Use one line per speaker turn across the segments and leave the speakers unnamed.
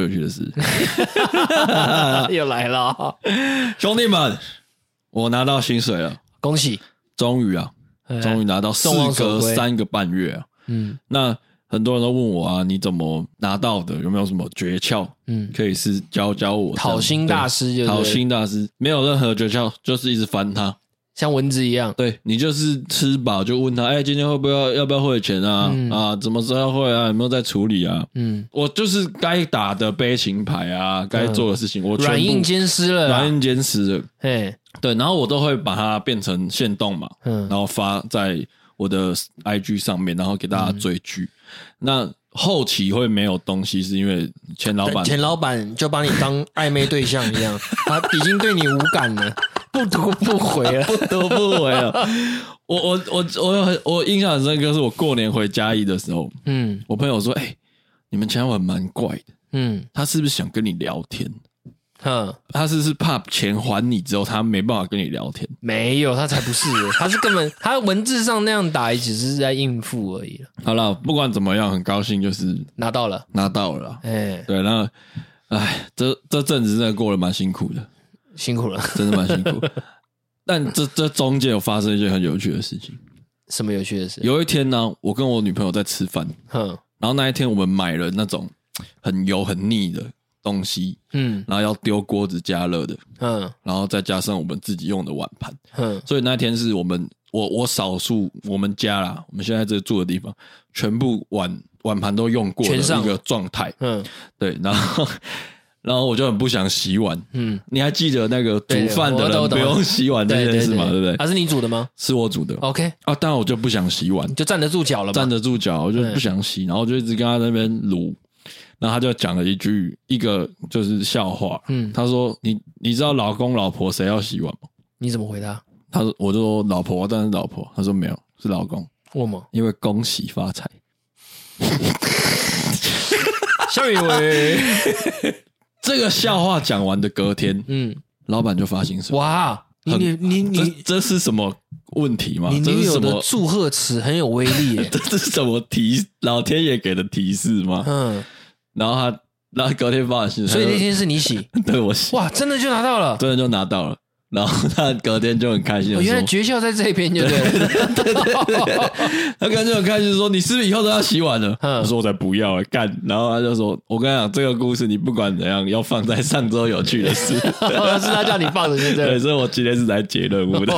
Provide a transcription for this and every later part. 有趣的 事。
又来了，
兄弟们，我拿到薪水了，
恭喜！
终于啊，终于
于，
拿到四
众望所
隔
归
三个半月啊。
嗯
那很多人都问我啊，你怎么拿到的？有没有什么诀窍？
嗯，
可以是教教我这样
讨薪大师
对
就是
讨，薪大师没有任何诀窍，就是一直烦他。
像蚊子一样，
对你就是吃饱就问他，哎、今天会不会要要不要汇钱啊？
嗯
啊，怎么时候汇啊？有没有在处理啊？
嗯，
我就是该打的悲情牌啊，该做的事情，我全部
软硬兼啊施了啦，
软硬兼施的。
嘿，
对，然后我都会把它变成线动嘛，然
嗯
后发在我的 IG 上面，然后给大家追剧。那后期会没有东西，是因为钱老板
前老板就把你当暧昧对象一样， 他已经对你无感了，不读不回 了，
不得不回了。 我我我我很我印象很深刻，是我过年回嘉义的时候，
嗯
我朋友说：“哎、你们钱老板蛮怪的，
嗯
他是不是想跟你聊天？
哼，
他是不是怕钱还你之后，他没办法跟你聊天？”
没有，他才不是，他是根本 他文字上那样打，也只是在应付而已了，
好了，不管怎么样，很高兴就是
拿到了，
拿到了啦。
哎，
对，那哎，这这阵子真的过得蛮辛苦的，
辛苦了，
真的蛮辛苦。但这这中间有发生一件很有趣的事情。
什么有趣的事？
有一天呢，我跟我女朋友在吃饭，
哼，
然后那一天我们买了那种很油很腻的东西，
嗯
然后要丢锅子加热的，
嗯
然后再加上我们自己用的碗盘，
哼，
所以那天是我们我我少数我们家啦，我们现在这住的地方，全部碗碗盘都用过的
全上
一个状态。
嗯
对，然后 然后我就很不想洗碗。
嗯，
你还记得那个煮
对
饭的
我懂
人
我
不
懂
用洗碗这
对
件
对啊哦
事嘛，对不对？
他是你煮的吗
是我煮的
？OK，
啊，但我就不想洗碗
你，就站得住脚了嘛，
站得住脚，我就不想
嗯
洗，然后就一直跟他那边撸。然后他就讲了一句一个就是笑话，
嗯
他说：“你你知道老公老婆谁要洗碗吗？”
你怎么回答？
他说：“我就说老婆，但是老婆。”他说：“没有，是老公，
我吗？
因为恭喜发财。
夏雨薇，”
这个笑话讲完的隔天，
嗯，
老板就发薪水。
哇，你
很
女你
这
你
这是什么问题吗
你？
这
女
是
友
什
的
么？
祝贺词很有威 力耶，
这这是什么提？老天爷给的提示吗？
嗯，
然后他，然后隔天发薪
所
水，
以那
他
天是你洗，
就对我洗
哇，真的就拿到了，
真的就拿到了。然后他隔天就很开心
哦
的
原来
说
诀窍在这边，就对了，：“
他隔天就很开心地说，你是不是以后都要洗碗了？”
嗯
我说：“我才不要、欸、干。”然后他就说：“我跟你讲，这个故事你不管怎样，要放在上周有趣的 事。”
是他叫你放的，对不
对，
对？
所以我今天是来接任务
哦
的。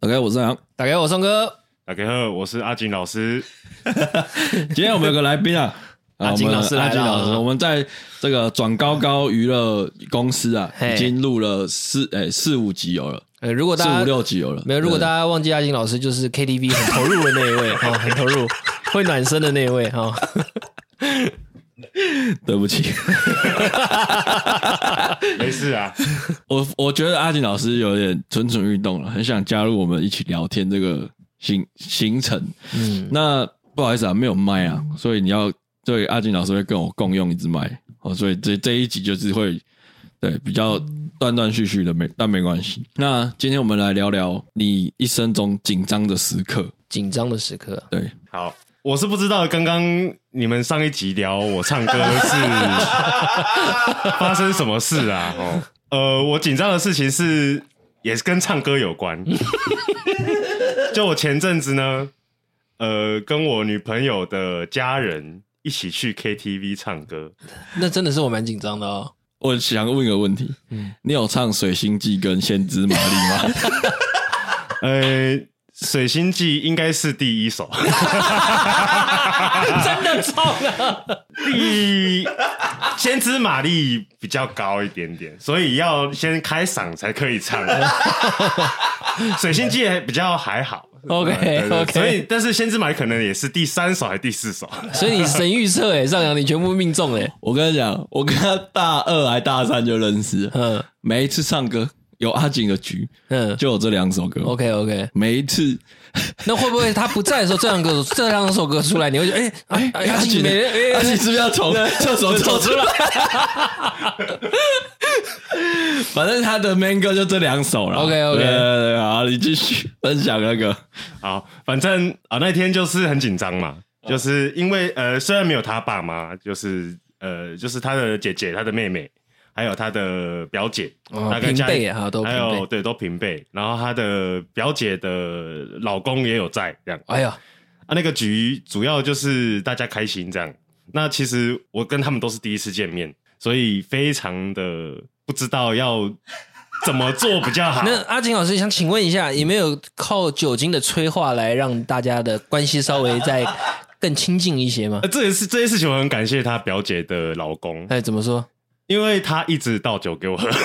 OK，我是杨。
打给我宋哥，
大家好，我是阿锦老师。
今天我们有个来宾啊，啊
阿金
我们
老师
阿
来
金
了
老师，我们在这个转高高娱乐公司啊，
嘿
已经录了四诶四五集有了，
呃，如果
四五
大家
六集有了。
没有，如果
对
大家忘记阿金老师，就是 KTV 很投入的那一位， 哦，很投入，会暖身的那一位，哦哈，
对不起，
没事啊，
我我觉得阿锦老师有点蠢蠢欲动了，很想加入我们一起聊天这个行行程。
嗯，
那不好意思啊，没有麦啊，所以你要对阿锦老师会跟我共用一支麦哦，所以这这一集就是会对比较断断续续的，没但没关系。那今天我们来聊聊你一生中紧张的时刻，
紧张的时刻，
对，
好，我是不知道刚刚你们上一集聊我唱歌是 发生什么事啊？哦，呃，我紧张的事情是也是跟唱歌有 关。就我前阵子呢，呃，跟我女朋友的家人一起去 KTV 唱歌，
那真的是我蛮紧张的哦。
我想问一个问题，你有唱《水星记》跟《先知玛丽》吗？
呃，《水星记》应该是第一首，
真的中了。
第先知玛丽比较高一点点，所以要先开嗓才可 以唱。水星记还比较还好
OK，
对对对
OK
所以但是先知玛丽可能也是第三首还是第四首，
所以你神预测哎，上扬你全部命中哎，
我跟你讲，我跟他大二还大三就认识了，
嗯，
每一次唱歌，有阿景的局，
嗯
就有这两首歌。
，OK OK，
每一次
那会不会他不在的时候，这两个这两首歌出来，你会觉得 哎哎，
阿
阿
景
锦
的，
没
阿
哎
景是不是要 从厕所走出来？ 反正他的 man 歌就这两首了。
OK，OK
对对对，好，你继续分享那 个。
好，反正啊、那天就是很紧张嘛，
哦
就是因为呃虽然没有他爸妈，就是呃就是他的姐姐、他的妹妹，还有他的表姐，
哦
他跟
平
家
辈啊都
还
平辈
有对都平辈，然后他的表姐的老公也有在这样
哎呀，
啊，那个局主要就是大家开心这样。那其实我跟他们都是第一次见面，所以非常的不知道要怎么做比较好。
那阿景老师想请问一下，有没有靠酒精的催化来让大家的关系稍微再更亲近一些吗
呃，？这也是这件事情，我很感谢她表姐的老公，
哎，怎么说？
因为他一直倒酒给我喝。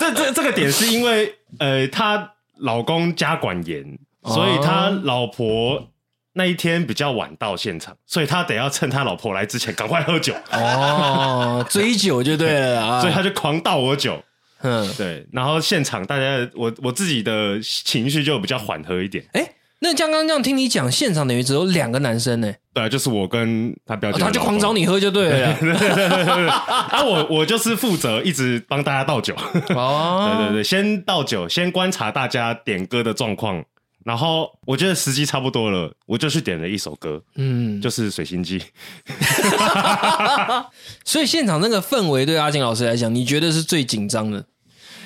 这这这个点是因为呃，她老公家管严，所以她
哦
老婆那一天比较晚到现场，所以他得要趁他老婆来之前赶快喝酒，
哦，追酒就对了啊。
所以他就狂倒我酒。
嗯，
对，然后现场大家我我自己的情绪就比较缓和一点。
哎，那像刚刚这样听你讲，现场等于只有两个男生呢，欸
对啊，就是我跟他表
哦
姐、
他就狂找。你喝就 对了。
对对对对对， 啊，我我就是负责一直帮大家倒酒。 对
哦，
对对，先倒酒，先观察大家点歌的状况，然后我觉得时机差不多了，我就去点了一首歌，
嗯，
就是《水星记》。
所以现场那个氛围对阿景老师来讲，你觉得是最紧张的？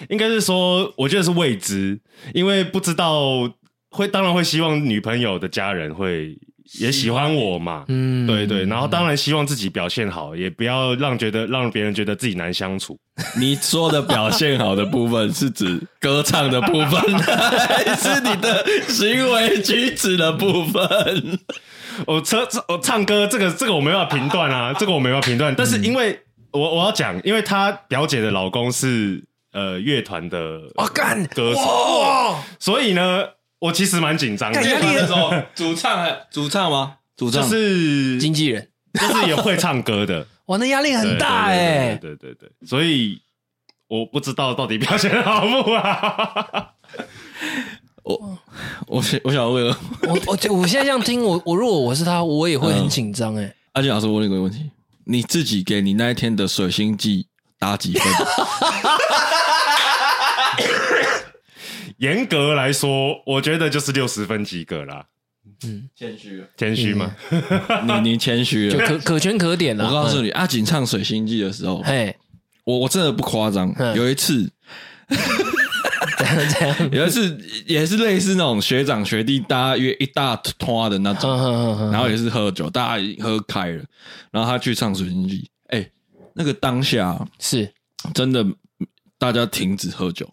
应该是说，我觉得是未知，因为不知道会，当然会希望女朋友的家人会也喜欢我嘛。
嗯，
对对，然后当然希望自己表现好，也不要让觉得让别人觉得自己难相处。
你说的表现好的部分是指歌唱的部分， 还是你的行为举止的部分？
我车我唱歌这个这个我没办法评 断啊，这个我没办法评断。但是因为
嗯
我我要讲，因为她表姐的老公是呃乐团的
哦干
歌手，
哇，
所以呢，我其实蛮紧张的
干，压力很
时候主唱还主唱吗？主
就
唱
是
经纪人，
就是也会唱歌的，
哇，那压力 很大
对
哎。
对对对对对，所以我不知道到底表现得好不好。
我我想我想问了，
我我就我现在这样听，我我如果我是他，我也会很紧张哎。
阿俊老师我问你个问题，你自己给你那一天的水星记打几分？
严格来说，我觉得就是六十分及格啦，
谦虚，
谦虚嘛。
你你谦虚
就
了。
可可圈可点了。
我告诉你，阿锦唱《水星记》的时候
嗯，，嘿，
我我真的不夸张，
嗯
有一次
这样这 样，
有一次也是类似那种学长学弟大家约一大团的那种，
嗯嗯嗯，
然后也是喝酒，大家已经喝开了，然后他去唱《水星记》，哎，那个当下啊
是
真的大家停止喝酒，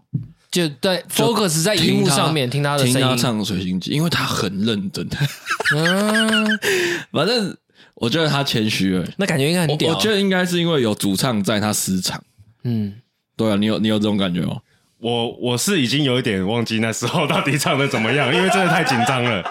就在 focus 在荧幕上面听他的
听
声
他
音，
唱《水星记》，因为他很认真，
嗯，
反正我觉得他谦虚了。
那感觉应该
我
很屌。啊
我觉得应该是因为有主唱在，他失常。
嗯，
对啊，你有你有这种感觉吗？
我我是已经有一点忘记那时候到底唱的怎么样，因为真的太紧张了。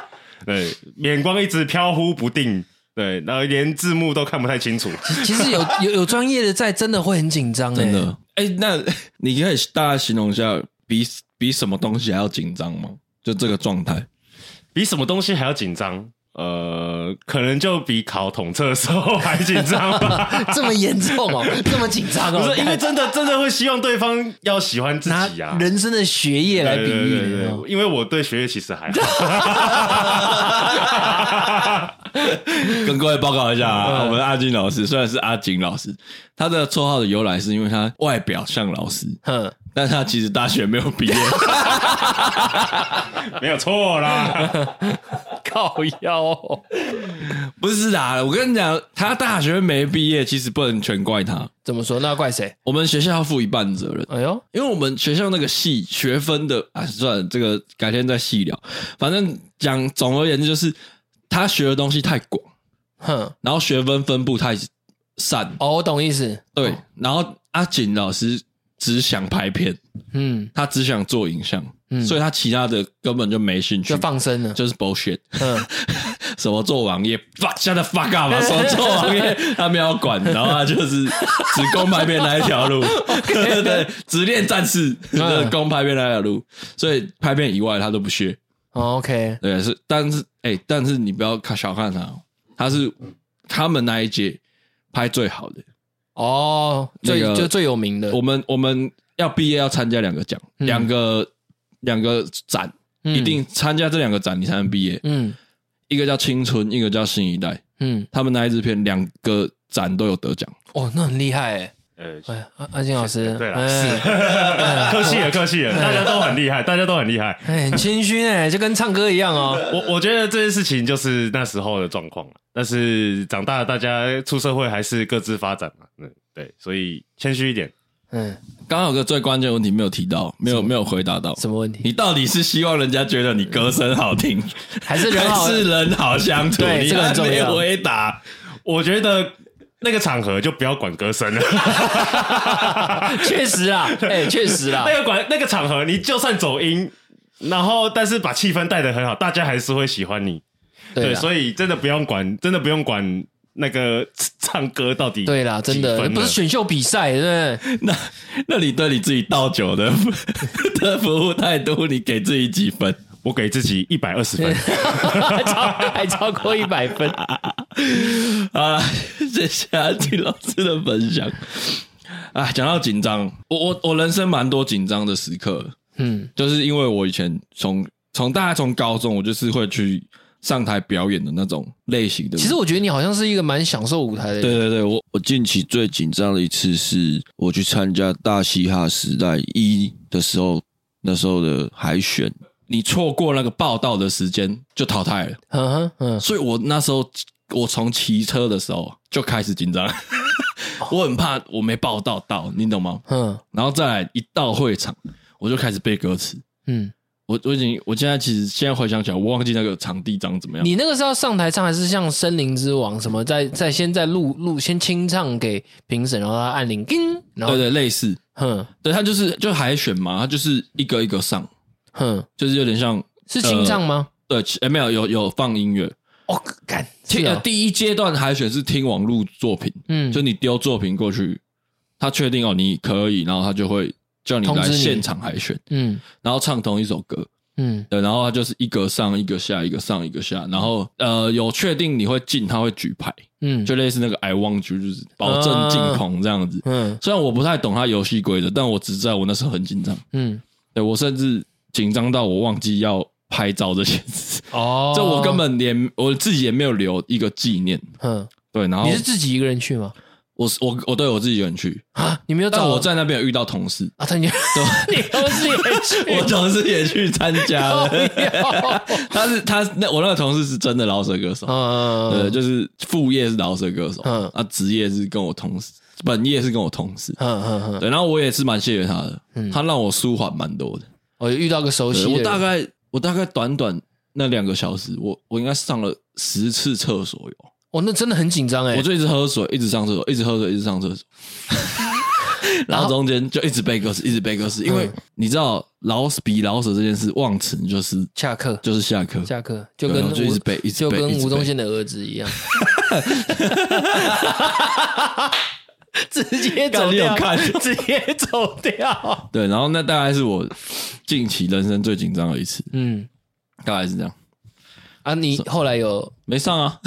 对，眼光一直飘忽不定，对，然后连字幕都看不太清楚。
其实有有有专业的在，真的会很紧张哎。
真的，哎、那 你可以大家形容一下比比什么东西还要紧张吗？就这个状态，
比什么东西还要紧张？呃，可能就比考统测的时候还紧张吧。
这么严重哦，这么紧张
不
哦，
是，因为
干
真的真的会希望对方要喜欢自己
拿
啊。
人生的学业来比
对对对
喻
对
哦。
因为我对学业其实还好。
跟各位报告一下 啊，
嗯
我们阿金老师虽然是阿金老师，他的绰号的由来是因为他外表像老师，
哼，
但他其实大学没有毕业。
没有错啦。
靠腰哦，
不是啊，我跟你讲，他大学没毕业，其实不能全怪他，
怎么说？那要怪谁？
我们学校要负一半责任。
哎呦，
因为我们学校那个系学分的啊，算了，这个改天再细聊。反正讲总而言之，就是他学的东西太广，
哼，
然后学分分布太散。
哦，我懂意思。
对，然后阿锦老师只想拍片，
嗯，
他只想做影像，所以他其他的根本就没兴趣
就，放生了。
就是 bullshit。
嗯，
什么做网页，fuck shut the fuck up，啊什么做网页 他没有管，然后他就是只攻拍片那一条 路， 对，只练战士，
嗯
就是攻拍片那条路，所以拍片以外他都不屑。
哦 OK，
对，是，但是哎、但是你不要看小看他哦，他是他们那一届拍最好的。
哦，最
那个
就最有名的
我，们我们要毕业要参加两个奖，
嗯
两个两个展，
嗯
一定参加这两个展你才能毕业。
嗯
一个叫青春，一个叫新一代。
嗯，
他们那一支片两个展都有得奖，
哦，那很厉害哎，
呃，
哎，阿阿金老师，
对啦
哎
客气了，客气了，大家都很厉害，大家都很厉害。
哎，很谦虚哎，就跟唱歌一样 哦。
我我觉得这件事情就是那时候的状况了，啊但是长大了大家出社会还是各自发展嘛，嗯，对，所以谦虚一点。
嗯，
刚刚有个最关键的问题没有提到，没有没有回答到。
什么问题？
你到底是希望人家觉得你歌声好听，
还是人好
还是人好相处？
对
你
这个很
还
重
没
要
回答，
我觉得那个场合就不要管歌声了，
确实啊，哎，确实啦
那，个管那个场合，你就算走音，然后但是把气氛带得很好，大家还是会喜欢你。对，
对啦，
所以真的不用管，真的不用管那个唱歌到底
对啦，真的
几分啊
不是
了
选秀比赛，对不对？
那那你对你自己倒酒的 的服务态度，你给自己几分？
我给自己一百 二十分。
还超还超过一百分，
啊， 谢谢阿金老师的分享。啊，讲到紧张，我我我人生蛮多紧张的时刻的，
嗯
就是因为我以前从从大概从高中，我就是会去上台表演的那种类型的人。
其实我觉得你好像是一个蛮享受舞台的
对
人，
对对，我我近期最紧张的一次是我去参加大嘻哈时代一的时候，那时候的海选，
你错过那个报道的时间就淘汰了，
嗯哼嗯，
所以我那时候我从骑车的时候就开始紧 张，我很怕我没报道到，你懂吗？
嗯
然后再来一到会场，我就开始背歌词。
嗯，
我我已经我现在其实现在回想起来，我忘记那个场地长怎么样。
你那个是要上台唱，还是像《森林之王》什么，在在先在录录先清唱给评审，然后他按铃叮，然后
对对，类似，
哼
对他就是就海选嘛，他就是一个一个上，
哼，
就是有点像
是清唱吗？
对，其诶没有有有放音乐。
哦，干，是
听、呃
哦
第一阶段海选是听网络作品，
嗯
就你丢作品过去，他确定哦你可以，然后他就会叫你
通
来
知你
现场海选，
嗯
然后唱同一首歌。
嗯
对，然后他就是一个上一个下，一个上一个下，然后呃有确定你会进，他会举牌，
嗯，啊
就类似那个 I want you，就是保证进棚这样子。
嗯
虽然我不太懂他游戏规则，但我只知道我那时候很紧张，
嗯
对我甚至紧张到我忘记要拍照这件事，
哦，
这我根本连我自己也没有留一个纪念。
嗯，
对，然后
你是自己一个人去吗？
我是我我对我自己一个人去，
啊，你没有
但
找
我在那边有遇到同事，
啊，他你 你都是也去。
我同事也去参加了 哦
嗯
他是他那我那个同事是真的老舍歌手，
嗯
呃，
嗯
就是副业是饶舌歌手，
嗯
啊，职业是跟我同事，本业是跟我同事，
嗯嗯，
对，然后我也是蛮谢谢他的，他让我舒缓蛮多的。
我哦遇到个熟悉
对
的人，
我大概我大概短短那两个小时，我我应该上了十次厕所有，
哦，那真的很紧张哎
我，就一直喝水，一直上厕所，一直喝水，一直上厕所， 然后中间就一直背歌词，一直背歌词，因为
嗯
你知道老比老舍这件事，忘词就是
下课
就是下课，
下课就
对
跟
然后就一直
吴
背一直
就
背
跟
一直
吴宗
背
宪的儿 子一样，直接走
干你有
掉，
看
直接走 掉，
对，然后那大概是我近期人生最紧张的一次，
嗯
大概是这样。
啊，你后 来有，
没上啊。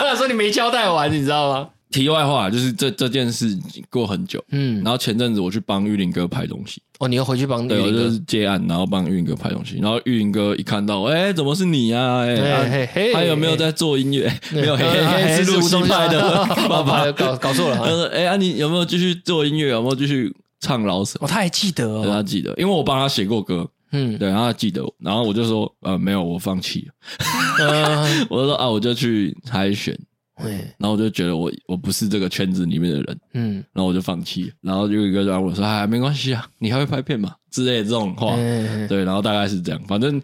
我想说你没交代完，你知道吗？
题外话，就是这这件事已经过很久，
嗯
然，后前阵子我去帮玉林哥拍东西，
哦，你又回去帮玉
对，我
林
就
哥
是，接案，然后帮玉林哥拍东西，然后玉林哥一看到，哎、怎么是你啊？哎、
嘿
啊
嘿嘿
他有没有在做音乐？没有，嘿嘿 嘿，是露西拍的 爸爸。
啊爸哎搞搞错了
他
哈，
说，哎、啊，你有没有继续做音乐？有没有继续唱老舍？
哦，他还记得
对啊他
哦，
记得，因为我帮他写过歌，
嗯
对，然后他记得我，然后我就说，呃，没有，我放弃了，
嗯，
我就说啊，我就去海选，
哎
然后我就觉得我我不是这个圈子里面的人，
嗯，
然后我就放弃了。然后就有一个人安慰我说：“哎，没关系啊，你还会拍片嘛？”之类的这种话。
哎
对，然后大概是这样。反正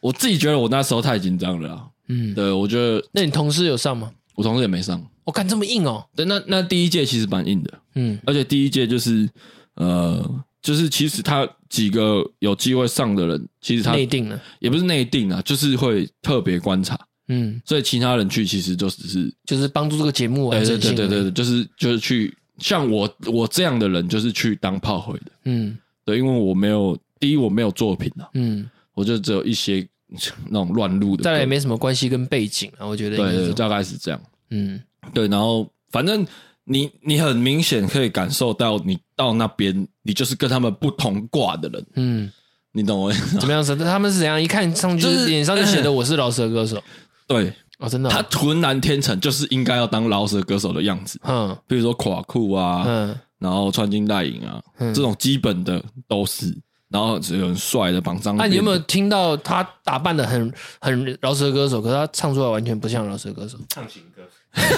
我自己觉得我那时候太紧张了啦。
嗯，
对，我觉得
那你同事有上吗？
我同事也没上。
我看这么硬哦，
对，那那第一届其实蛮硬的，
嗯
而且第一届就是呃，就是其实他几个有机会上的人，其实他
内定了，
也不是内定啊，就是会特别观察，
嗯，
所以其他人去其实就只是
就是帮助这个节目
对
完
对
整
对
性，
对对，对，就是就是去像我我这样的人，就是去当炮灰的。
嗯
对，因为我没有第一我没有作品啊，
嗯，
我就只有一些 那种乱录的歌，
再来也没什么关系跟背景啊，我觉得
对
应该是
对，
这种
大概是这样。
嗯
对，然后反正你你很明显可以感受到，你到那边你就是跟他们不同挂的人，
嗯，
你懂我意思吗？
怎么样？是他们是怎样？一看上去
就是
脸上就 写的我是饶舌歌手
对
哦，真的
他
哦，
浑然天成，就是应该要当饶舌歌手的样子，
嗯
比如说垮裤啊，
嗯
然后穿金戴银啊，
嗯
这种基本的都是。然后只有很帅的绑张辫子，
那、你有没有听到他打扮的很很饶舌歌手，可是他唱出来完全不像饶 舌歌手？
唱情歌，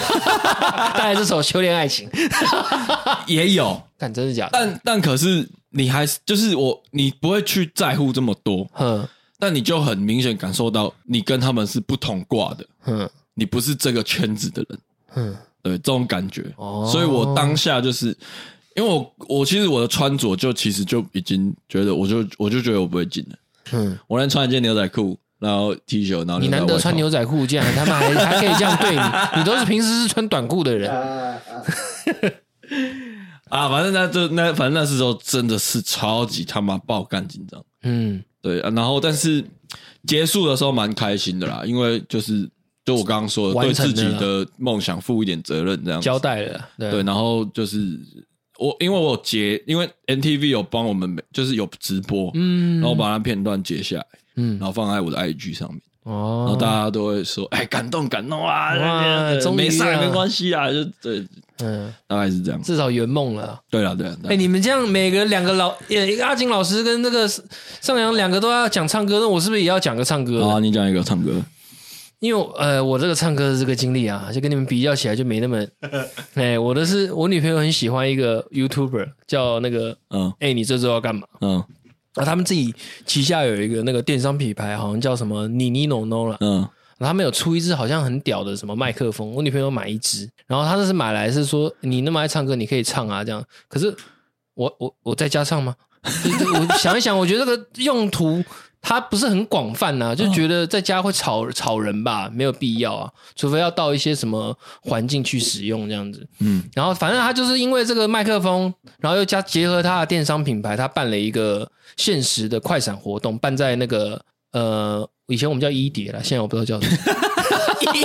大概这首《修炼爱情》，
也有？
看真的假的？
但但可是你还是就是我，你不会去在乎这么多，
哼
但你就很明显感受到你跟他们是不同挂的，
哼
你不是这个圈子的人，
哼，
对这种感觉。
嗯哦
所以我当下就是，因为我我其实我的穿着就其实就已经觉得，我就我就觉得我不会进了。
嗯，
我能穿一件牛仔裤，然后 T 恤，然后
你难得
外套
穿牛仔裤，竟然他们还 还可以这样对你，你都是平时是穿短裤的人，
啊，反正那就那反正那时候真的是超级他妈爆干紧张。
嗯
对，啊、然后但是结束的时候蛮开心的啦，因为就是就我刚刚说的，
完
对
成了
自己的梦想负一点责任这样子
交代了，对
对，然后就是我因为我有截，因为 NTV 有帮我们每就是有直播，
嗯
然后我把那片段截下来，
嗯
然后放在我的 IG 上面，然后
哦，
大家都会说，哎，感动感动啊，
哇
对对对
终于啊
没上没关系啊，就对，
嗯，
大概是这样。
至少圆梦了。
对了对了，
哎、你们这样每个两个老，呃，一个阿金老师跟那个上扬两个都要讲唱歌，那我是不是也要讲个唱歌的？
好啊，你讲一个唱歌，
因为我呃，我这个唱歌的这个经历啊，就跟你们比较起来就没那么，哎、我的是我女朋友很喜欢一个 YouTuber 叫那个，
嗯
哎、你这周要干嘛？
嗯
然后他们自己旗下有一个那个电商品牌，好像叫什么妮妮农农了。
嗯
然后他们有出一支好像很屌的什么麦克风，我女朋友买一支，然后她那是买来是说你那么爱唱歌，你可以唱啊这样。可是我我我在家唱吗？ 就是我想一想，我觉得这个用途它不是很广泛呐、就觉得在家会吵吵人吧，没有必要啊，除非要到一些什么环境去使用这样子。
嗯
然后反正他就是因为这个麦克风，然后又加结合他的电商品牌，他办了一个限时的快闪活动，办在那个呃，以前我们叫一蝶啦，现在我不知道叫什么。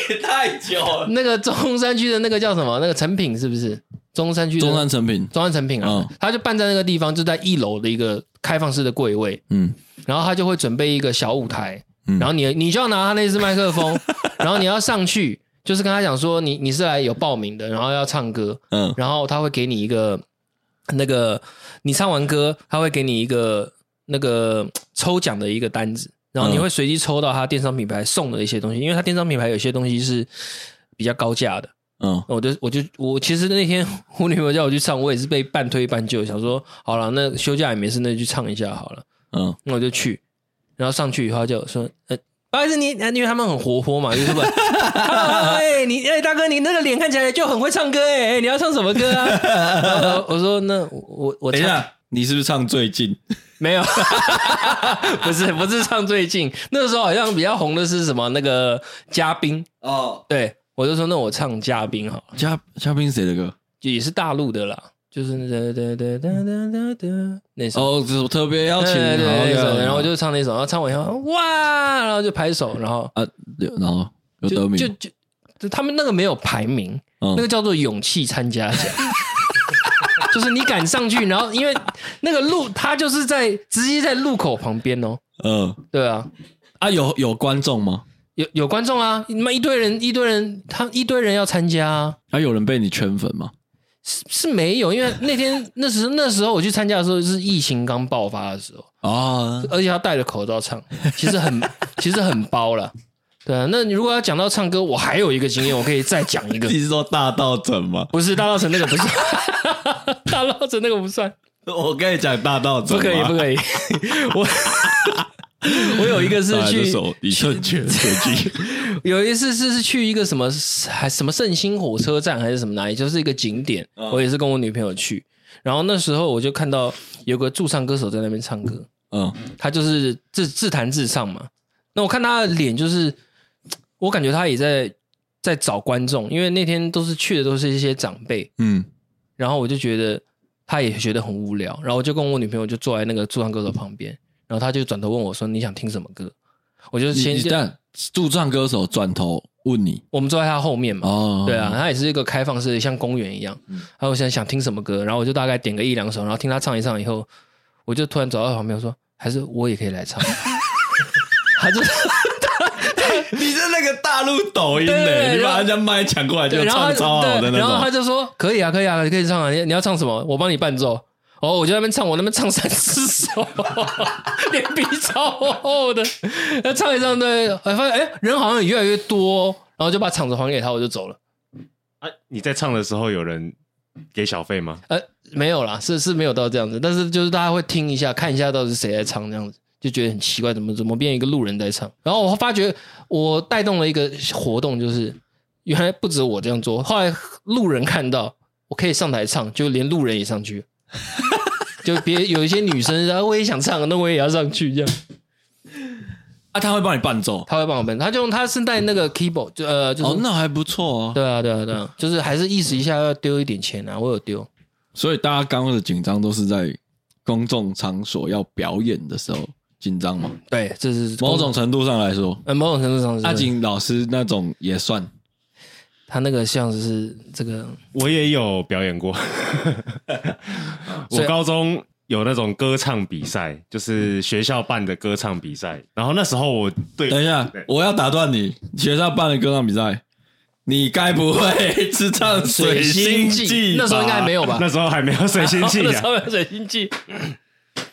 那个中山区的那个叫什么？那个成品是不是？中山区的
中山成品，
中山成品啊，
嗯
他就办在那个地方，就在一楼的一个开放式的柜位，
嗯
然后他就会准备一个小舞台，
嗯
然后你你就要拿他那支麦 克风，然后你要上去，就是跟他讲说你你是来有报名的，然后要唱歌，
嗯
然后他会给你一个那个你唱完歌，他会给你一个那个抽奖的一个单子，然后你
嗯
会随机抽到他电商品牌送的一些东西，因为他电商品牌有些东西是比较高价的。
嗯
我就我就我其实那天 我女朋友叫我去唱，我也是被半推半就，想说好了，那休假也没事，那就去唱一下好了。
嗯
那我就去，然后上去以后他就说，呃，不好意思，你，呃因为他们很活泼嘛，YouTube，哎，你哎、大哥，你那个脸看起来就很会唱歌哎、哎你要唱什么歌啊？然后我说那我我
等一
唱
下，你是不是唱最近？
没有， 不是不是唱最近，那个时候好像比较红的是什么那个嘉宾哦，对我就说那我唱嘉宾好了。
哦嘉嘉宾谁的歌？
也是大陆的啦，就是那哒哒哒哒哒哒那首。
哦，这是我特别邀请，
对对
好
对，那首，
好
然后就唱那首，然后唱完以后，哇，然后就拍手，然后
啊，有然后有得
就
名，
就就就他们那个没有排名，
嗯
那个叫做勇气参加奖， 就是你敢上去，然后因为那个路，他就是在直接在路口旁边哦，
嗯
对啊，
啊，有有观众吗？
有有观众啊，那么一堆人，一堆人，他一堆人要参加啊，
啊，有人被你圈粉吗？
是是没有，因为那天 那时那时候我去参加的时候是疫情刚爆发的时候。
啊，
而且他戴着口罩唱，其实很 其实很包了。对啊，那你如果要讲到唱歌，我还有一个经验，我可以再讲一个
你。是说大道整吗？
不是大稻城那个 不是，大稻城那个不算，啊
我跟你讲大道整
不
吗，
可以不可以。我 我有一个是
再来这
去，
首李圣杰的绝技，
有一次是是去一个嗯什么还什么圣心火车站还是什么哪里，就是一个景点，我也是跟我女朋友去。然后那时候我就看到有个驻唱歌手在那边唱歌，
嗯，
他就是自自弹自唱嘛。那我看他的脸，就是我感觉他也在在找观众，因为那天都是去的都是一些长辈，
嗯，
然后我就觉得他也觉得很无聊，然后我就跟我女朋友就坐在那个驻唱歌手旁边，然后他就转头问我说：“你想听什么歌？”我就
你
先
你但驻唱歌手转头问你
我们坐在他后面嘛，
哦，嗯
对啊，，它也是一个开放式的，像公园一样。然后我现在想听什么歌，然后我就大概点个一两首，然后听他唱一唱以后，我就突然走到他旁边我说，还是我也可以来唱。 他就
你是那个大陆抖音的，
对
你
然
把
后
人家麦抢过来就
对，然后
唱
他
超好的
对
那
然后他
种，
就说可以啊，可以啊，你可以唱啊，你你要唱什么，我帮你伴奏。哦，我就在那边唱，我那边唱三四首， 脸皮超厚的。那唱一唱，对，哎发现哎人好像也越来越多、哦，然后就把场子还给他，我就走了。
啊，你在唱的时候有人给小费吗？
呃，没有啦，是是没有到这样子，但是就是大家会听一下，看一下到底是谁在唱这样子，就觉得很奇怪，怎么怎么变一个路人在唱？然后我发觉我带动了一个活动，就是原来不止我这样做，后来路人看到我可以上台唱，就连路人也上 去，就别有一些女生，然后我也想唱，那我也要上去这样。
啊，他会帮你伴奏，
他会帮我们，他就用他是带那个 keyboard，就呃就
嗯
是、
哦，那还不错哦。
对啊对啊对啊，就是还是意识一下要丢一点钱啊，我有丢。
所以大家刚刚的紧张都是在公众场所要表演的时候紧张嘛，
对，这是
某种程度上来说，
呃某种程度上是
阿景老师那种也算。
他那个像是这个，
我也有表演 过，我
所以
高中有那种歌唱比赛，就是学校办的歌唱比赛。然后那时候我对，
等一下
对，
我要打断你，学校办的歌唱比赛，你该不会是唱水星
水星
记
记
吧？
那时候应该没有吧
那时候还没有水星记
那
啊
时， 候有水星记，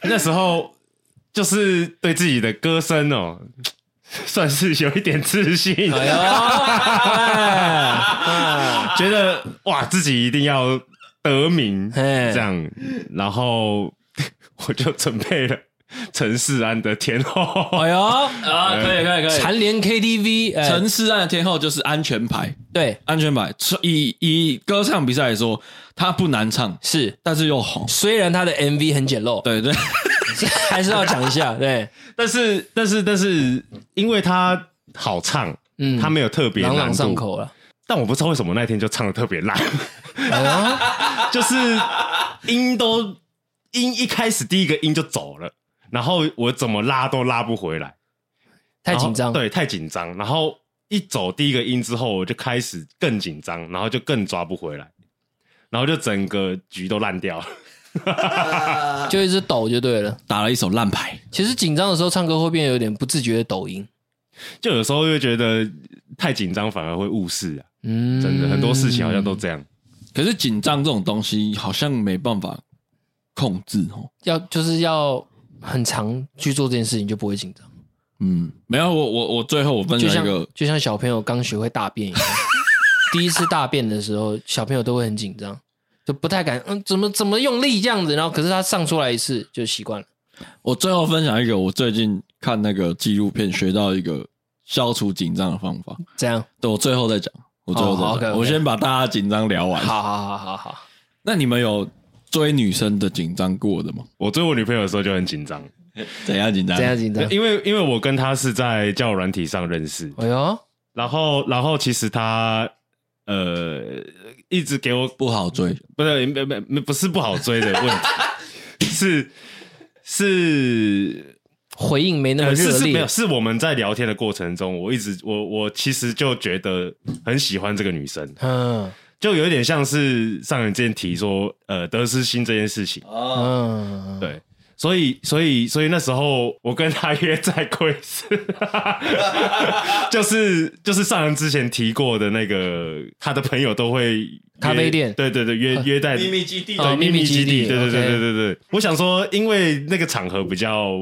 那时候就是对自己的歌声哦，算是有一点自信，
哎呦，哎
觉得哇自己一定要得名
嘿
这样，然后我就准备了陈势安的《天后》。
哎呦，
啊，可以可以可以。
蝉联 KTV，哎
陈思安的天后就是安全牌，
对
安全牌。以以歌唱比赛来说，他不难唱，
是，
但是又红。
虽然他的 MV 很简陋，
对对，
还是要讲一下，对，
但是但是但是，因为他好唱，
嗯
他没有特别
朗
难
朗
度
上口了，
但我不知道为什么那天就唱的特别烂，
哎呦，
就是音都音一开始第一个音就走了，然后我怎么拉都拉不回来，
太紧
然后
张，
哦对，太紧张，然后一走第一个音之后，我就开始更紧张，然后就更抓不回来，然后就整个局都烂掉了。
就一直抖就对了。
打了一手烂牌。
其实紧张的时候唱歌会变得有点不自觉的抖音，
就有时候会觉得太紧张反而会误事啊，
嗯，
真的、很多事情好像都这样。
可是紧张这种东西好像没办法控制哦。
要就是要很常去做这件事情就不会紧张，
嗯，没有，我我我最后我分
就
享
像
一个，
就像小朋友刚学会大便一样，第一次大便的时候，小朋友都会很紧张，就不太敢，嗯，怎么怎么用力这样子，然后可是他上出来一次就习惯了，
我最后分享一个，我最近看那个纪录片学到一个消除紧张的方法。
这样，
对，我最后再讲，我最后再
哦好
讲。
，OK，OK
我先把大家紧张聊完。
好好好好好，
那你们有追女生的紧张过的吗？
我追我女朋友的时候就很紧张，
怎样紧张？
这样紧张，
因为因为我跟她是在交友软体上认识，
哎呦，
然后然后其实她呃一直给我
不好追。
不是没没没不是不好追的问题，是是
回应没那么
呃是
热
是没
烈
有，是我们在聊天的过程中，我一直我我其实就觉得很喜欢这个女生，
嗯
就有一点像是上人之前提说呃得失心这件事情，
嗯，
对。所以，所以，所以那时候我跟他约在贵 司，就是就是上人之前提过的那个，他的朋友都会约
咖啡店
对对对，约 约在
秘密基地
哦
对，秘
秘密
密
基
基
地
地，对对对
OK
对对对。我想说，因为那个场合比较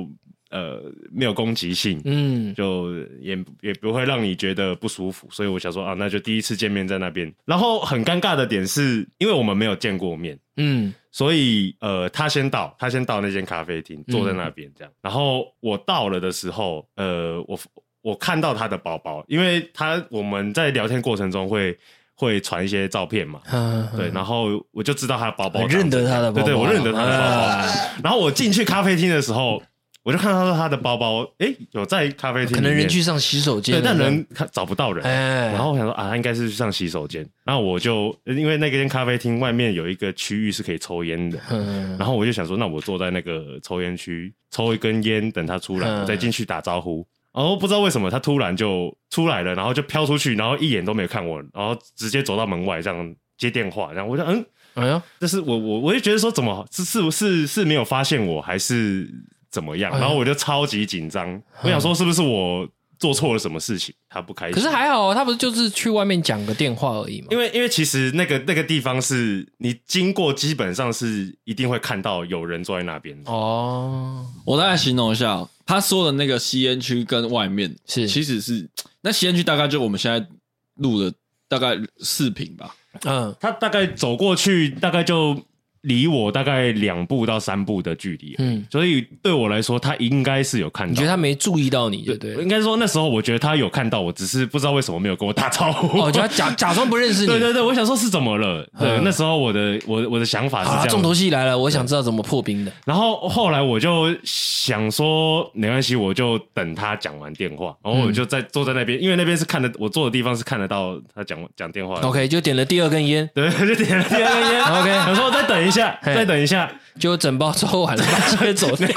呃没有攻击性，
嗯
就也也不会让你觉得不舒服，所以我想说啊，那就第一次见面在那边。然后很尴尬的点是，因为我们没有见过面，
嗯
所以呃，他先到，他先到那间咖啡厅，
嗯
坐在那边这样。然后我到了的时候，呃，我我看到他的包包，因为他我们在聊天过程中会会传一些照片嘛，
嗯，
对，然后我就知道他的包包
我
长怎样，
认得他的包包，
对对，我认得他的包包。
啊
然后我进去咖啡厅的时候，我就看到他的包包，诶，有在咖啡厅，
可能人去，上洗手间
对，
了，
但人看找不到人。
哎，
然后我想说啊，他应该是去上洗手间。然后我就因为那间咖啡厅外面有一个区域是可以抽烟的，
嗯，
然后我就想说，那我坐在那个抽烟区抽一根烟，等他出来，
嗯
我再进去打招呼。然后不知道为什么他突然就出来了，然后就飘出去，然后一眼都没有看我，然后直接走到门外这样接电话，然后我就嗯，
哎呦，
但是我我我就觉得说怎么是是是是没有发现我还是怎么样，
哎呀嗯
然后我就超级紧张，我想说是不是我做错了什么事情，他不开心。
可是还好，他不是就是去外面讲个电话而已嘛，
因为因为其实那个那个地方是你经过，基本上是一定会看到有人坐在那边的。
哦，
我大概形容一下哦，他说的那个吸烟区跟外面
是
其实是那吸烟区大概就我们现在录的大概四平吧，
嗯，
他大概走过去，大概就离我大概两步到三步的距离，
嗯
所以对我来说，他应该是有看到。
你觉得他没注意到你，对不对？
应该说那时候我觉得他有看到我，只是不知道为什么没有跟我打招呼。
哦，就他假假装不认识你。
对对对，我想说是怎么了？对
嗯，
那时候我的我我的想法是
好啦，
这
重头
样。
戏来了，我想知道怎么破冰的。
然后后来我就想说，没关系，我就等他讲完电话，
嗯
然后我就在坐在那边，因为那边是看得我坐的地方是看得到他讲讲电话的。
OK，就点了第二根烟，
对， 就点了第二根烟。
哦 OK
想说再等一下，
嘿
再等一下。
就整包抽完了，直接走掉。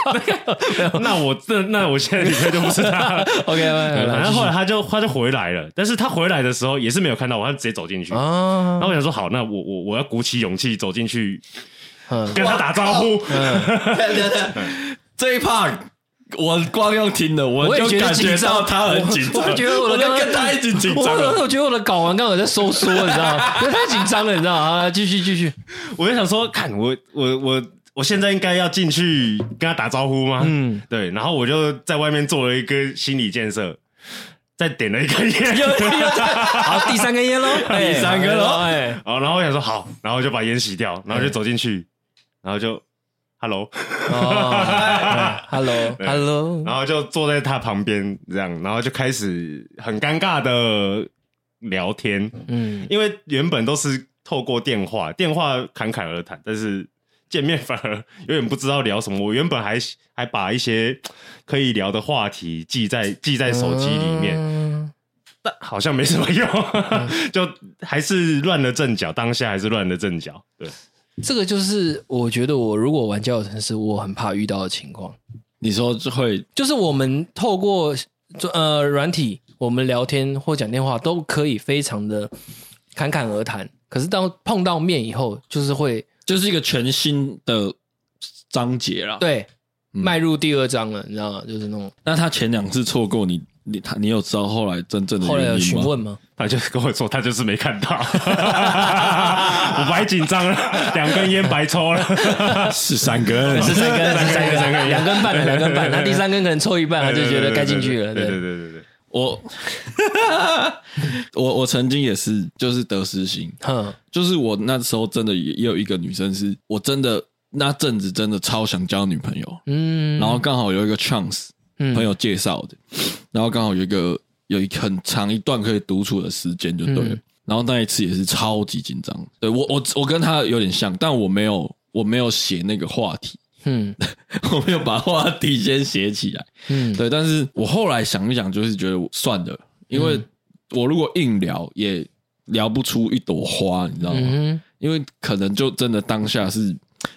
那我这那我现在女朋友就不是 他了。
OK，
对反
然
正后来他就他就回来了，但是他回来的时候也是没有看到我，他直接走进去。然
啊，
后我想说，好，那我我我要鼓起勇气走进去
嗯
跟他打招呼。
这一 part 我光用听的，我
我也
就
觉得
感
紧
觉
张
到他很紧张，
我觉得我的
我在
刚刚
跟他一起紧
我
张了。
我觉得我的睾丸刚好在收缩，你知道吗？因为太紧张了，你知道吗？啊继续继续，
我就想说，看我我我我现在应该要进去跟他打招呼吗？
嗯，
对，然后我就在外面做了一个心理建设，再点了一
又
根烟，
又好，第三根烟喽，第
第三根咯
哎，
好，哦然后我想说好，然后就把烟洗掉，然后就走进去，然后就 hello，
哦，Hello，Hello，
然后就坐在他旁边这样，然后就开始很尴尬的聊天，
嗯，
因为原本都是透过电话，电话侃侃而谈，但是见面反而有点不知道聊什么。我原本还还把一些可以聊的话题记在记在手机里面，
嗯面，
但好像没什么用， 就还是乱了阵脚。当下还是乱了阵脚。对，
这个就是我觉得我如果玩交友城市，我很怕遇到的情况。
你说就会
就是我们透过就呃软体，我们聊天或讲电话都可以非常的侃侃而谈。可是当碰到面以后，就是会
就是一个全新的章节啦。，
对迈入第二章了，你知道吗？就是那种
那他前两次错过你，你他你有知道后来真正的
后来有
原因
询
吗？
问吗？
他就跟我说，他就是没看到， 我白紧张了，两根烟白抽了。
是三 根，
是三根，是
三根三根
两根半了，两根半。他第三根可能抽一半，他就觉得该进去了。
对
对，
对对对对。
我 我我曾经也是，就是得失心，
哼，
就是我那时候真的也也有一个女生是，我真的那阵子真的超想交女朋友，
嗯，
然后刚好有一个 chance
嗯
朋友介绍的，然后刚好有一个有一很长一段可以独处的时间就对了。
嗯
然后那一次也是超级紧张，对我我我跟她有点像，但我没有我没有写那个话题，
嗯
我没有把话题先写起来。
嗯，
对，但是我后来想一想，就是觉得我算了，因为我如果硬聊也聊不出一朵花，你知道吗？
嗯
因为可能就真的当下是，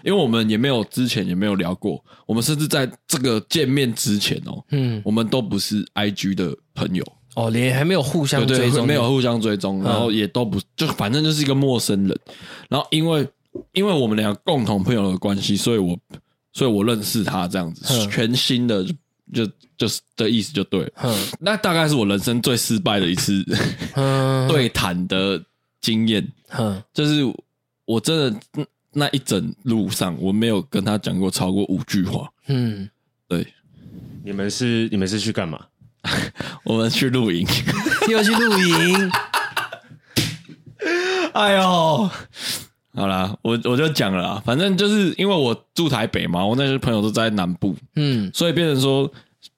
因为我们也没有之前也没有聊过，我们甚至在这个见面之前哦，
嗯，
我们都不是 I G 的朋友，
哦，连还没有互
对
相
对
追
会
踪，
没有，互相追踪，
嗯
然后也都不就反正就是一个陌生人，然后因为因为我们两个共同朋友的关系，所以我所以我认识他这样子，
嗯
全新的就就是的意思就对了。
哼
那大概是我人生最失败的一次
嗯，，
对谈的经验，
哼，
就是我真的嗯那一整路上，我没有跟他讲过超过五句话。
嗯，
对，
你们是你们是去干嘛？
我们去露营，
又去露营。
哎呦，好啦，我我就讲了啦，反正就是因为我住台北嘛，我那些朋友都在南部，
嗯
所以变成说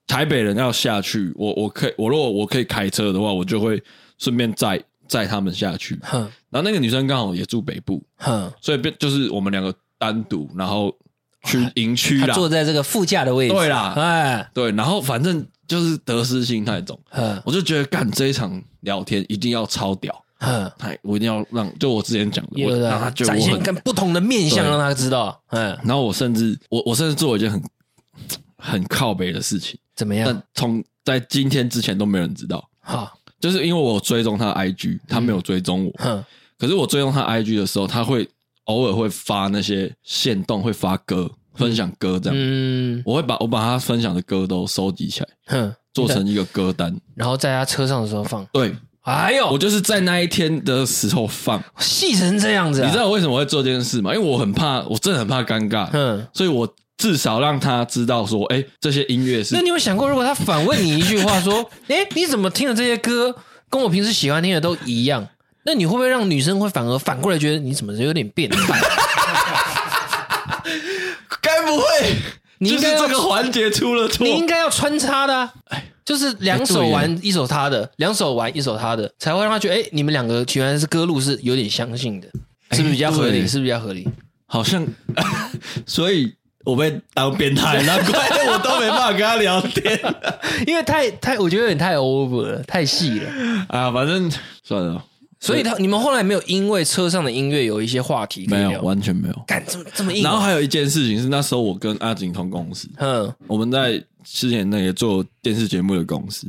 台北人要下去，我我可以，我如果我可以开车的话，我就会顺便载载他们下去。
哼
然后那个女生刚好也住北部，
哼，
所以变就是我们两个单独，然后去营区
他
啦，
坐在这个副驾的位置，
对啦
哎，
对，然后反正就是得失心太重，
哼
我就觉得干这一场聊天一定要超屌，
哼，
哎，我一定要让就我之前讲的，
有
我让
的啊
他觉得
展
我
现
很
跟不同的面相，
对
让他知道，嗯，
然后我甚至我我甚至做了一件很很靠北的事情，
怎么样
但？从在今天之前都没有人知道，
好，
就是因为我追踪他的 IG，他
嗯
没有追踪我，
哼，
可是我追踪他 IG 的时候，他会偶尔会发那些线动，会发歌，分享歌这样。
嗯，
我会把我把他分享的歌都收集起来，
哼，
做成一个歌 单。
然后在他车上的时候放，
对
哎呦，
我就是在那一天的时候放。
细成这样子啊，
你知道我为什么会做这件事吗？因为我很怕，我真的很怕尴尬，
嗯，
所以我至少让他知道说，哎、这些音乐是
那你有想过，如果他反问你一句话， 说：“哎、你怎么听的这些歌跟我平时喜欢听的都一样？”那你会不会让女生会反而反过来觉得你怎么有点变态？
该不会
你
就
应
是
该要
这个环节出了错
你？应该要穿插的、啊，就是两手
哎
玩一手他的，两手玩一手他的，才会让他觉得哎、你们两个原来是歌路是有点相近的，是不是比较合理？
对
是不是比较合理？
好像， 所以我被当变态，难怪我都没办法跟他聊天
因为太太，我觉得有点太 over 了，太细了。
啊。反正算了，
所以他你们后来没有因为车上的音乐有一些话题可
没
以
有，
聊，
完全没有。
敢这么这么硬啊？
然后还有一件事情是，那时候我跟阿景同公司，
嗯
我们在之前那也做电视节目的公司。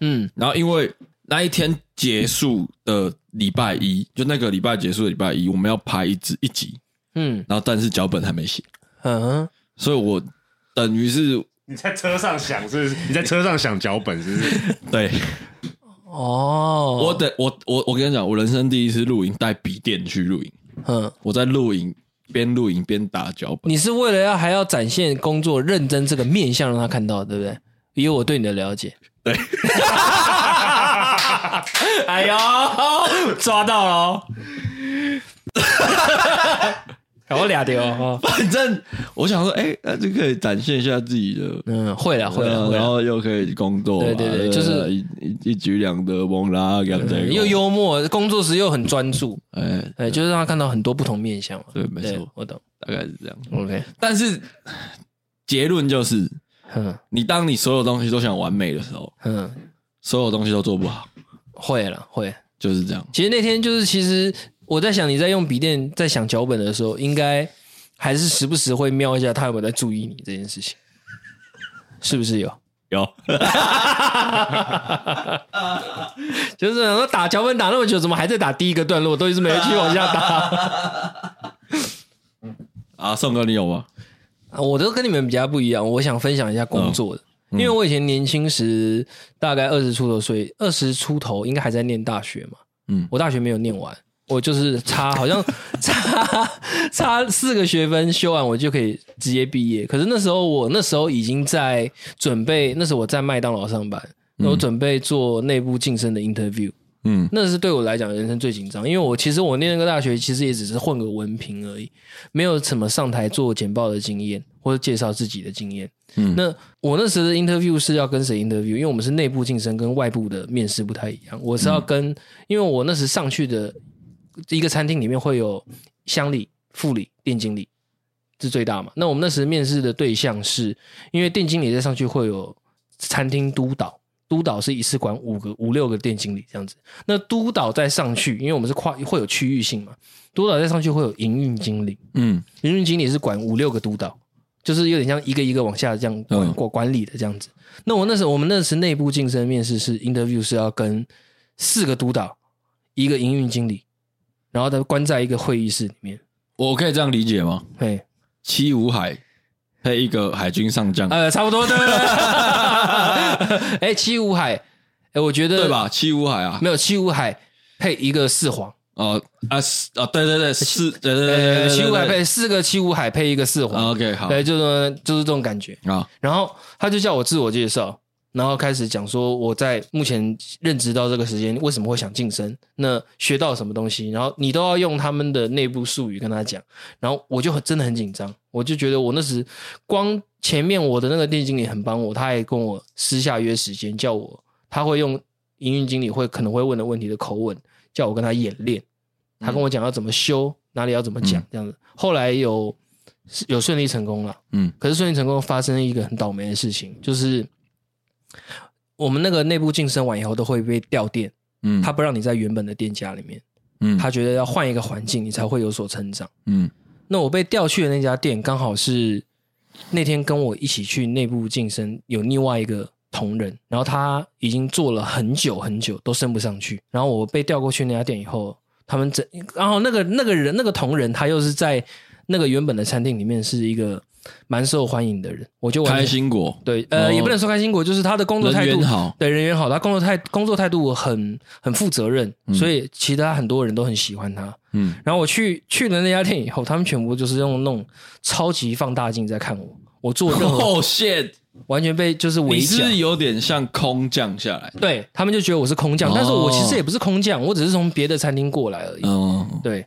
嗯。
然后因为那一天结束的礼拜一，就那个礼拜结束的礼拜一，我们要拍一集一集，
嗯
然后但是脚本还没写，
嗯，
所以我等于是
你在车上想是不是？你在车上想脚本是不 是？
对
哦，
我得我我我跟你讲，我人生第一次露营带笔电去露营，
嗯，
我在露营边露营边打脚本。
你是为了要还要展现工作认真这个面相，让他看到，对不对？以我对你的了解，
对，
哎呦，抓到了哦，我俩丢哦，
反正我想说，哎、那就可以展现一下自己的。
嗯，会了会了
呃
会
然
了，
后又可以工作嘛，啊
对对对就是
一一一举两得，蒙拉感觉
又幽默，工作时又很专注，
哎，
哎，就是让他看到很多不同面相嘛。
对，没
对
错，，
我懂。
大概是这样。
OK，
但是结论就是，
嗯
你当你所有东西都想完美的时候，
嗯，
所有东西都做不好，
会了会。
就是这样。
其实那天就是，其实我在想，你在用笔电在想脚本的时候，应该还是时不时会瞄一下他有没有在注意你这件事情，是不是有？
有，
就是想说打脚本打那么久，怎么还在打第一个段落，都一直没有继续往下打、
啊，宋哥，你有吗？
啊我都跟你们比较不一样，我想分享一下工作的，因为我以前年轻时大概二十出头岁，二十出头应该还在念大学嘛，
嗯
我大学没有念完。我就是差，好像差差四个学分修完，我就可以直接毕业。可是那时候我那时候已经在准备，那时候我在麦当劳上班，那我准备做内部晋升的 interview，
嗯
那是对我来讲人生最紧张，因为我其实我念那个大学其实也只是混个文凭而已，没有什么上台做简报的经验或者介绍自己的经验。
嗯
那我那时的 interview 是要跟谁 interview？因为我们是内部晋升，跟外部的面试不太一样。我是要
嗯
跟，因为我那时上去的一个餐厅里面会有乡里、副理、店经理，这是最大嘛。那我们那时面试的对象是，因为店经理再上去会有餐厅督导，督导是一次管五个五六个店经理这样子。那督导再上去，因为我们是跨会有区域性嘛，督导再上去会有营运经理，
嗯
营运经理是管五六个督导，就是有点像一个一个往下这样管
嗯
管、管理的这样子。那我那时候我们那时内部晋升面试是 interview 是要跟四个督导，一个营运经理，然后他关在一个会议室里面，
我可以这样理解吗？
嘿，
七五海配一个海军上将，
呃，差不多对不对？ 哎，七五海，哎，我觉得
对？吧？七五海啊，
没有七五海配一个四皇，
哦啊是啊，对对对，是，对对对对
呃，
对，
七五海
对
配四个七五海配一个四
啊
皇，
，OK，好
对，就是就是这种感觉。
啊，
然后他就叫我自我介绍，然后开始讲说我在目前任职到这个时间为什么会想晋升，那学到什么东西，然后你都要用他们的内部术语跟他讲，然后我就很真的很紧张，我就觉得我那时光前面我的那个店经理很帮我，他还跟我私下约时间叫我，他会用营运经理会可能会问的问题的口吻叫我跟他演练，他跟我讲要怎么修，哪里要怎么讲这样子。后来有是有顺利成功了，
嗯，
可是顺利成功发生一个很倒霉的事情，就是我们那个内部晋升完以后都会被调店，
嗯，
他不让你在原本的店家里面，
嗯
他觉得要换一个环境你才会有所成长。
嗯
那我被调去的那家店，刚好是那天跟我一起去内部晋升有另外一个同仁，然后他已经做了很久很久都升不上去，然后我被调过去那家店以后，他们整，然后那个那个人那个同仁他又是在那个原本的餐厅里面是一个蛮受欢迎的人，我就完全
开心果，
对呃、
哦
也不能说开心果，就是他的工作态
人
度
缘好
对人缘好，他工作态工作态度很很负责任，所以其他很多人都很喜欢他。
嗯，
然后我去去了那家店以后，他们全部就是用那种超级放大镜在看我，我做任何、
哦 shit，
完全被就是围
你是
剿
不。是有点像空降下来？
对他们就觉得我是空
哦
降，但是我其实也不是空降，我只是从别的餐厅过来而已。
嗯，
对，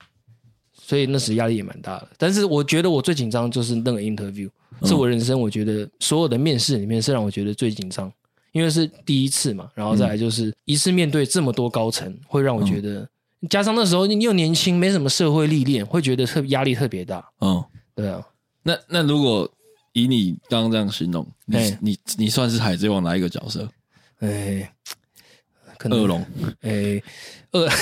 所以那时压力也蛮大的。但是我觉得我最紧张就是那个 interview，是我人生我觉得所有的面试里面是让我觉得最紧张，因为是第一次嘛，然后再来就是一次面对这么多高层，会让我觉得，加上那时候你又年轻，没什么社会历练，会觉得特压力特别大。
哦，
对啊，
那那如果以你刚刚这样形容，你
哎
你你算是海贼王哪一个角色？
哎，可能
恶龙，
哎， 恶，为什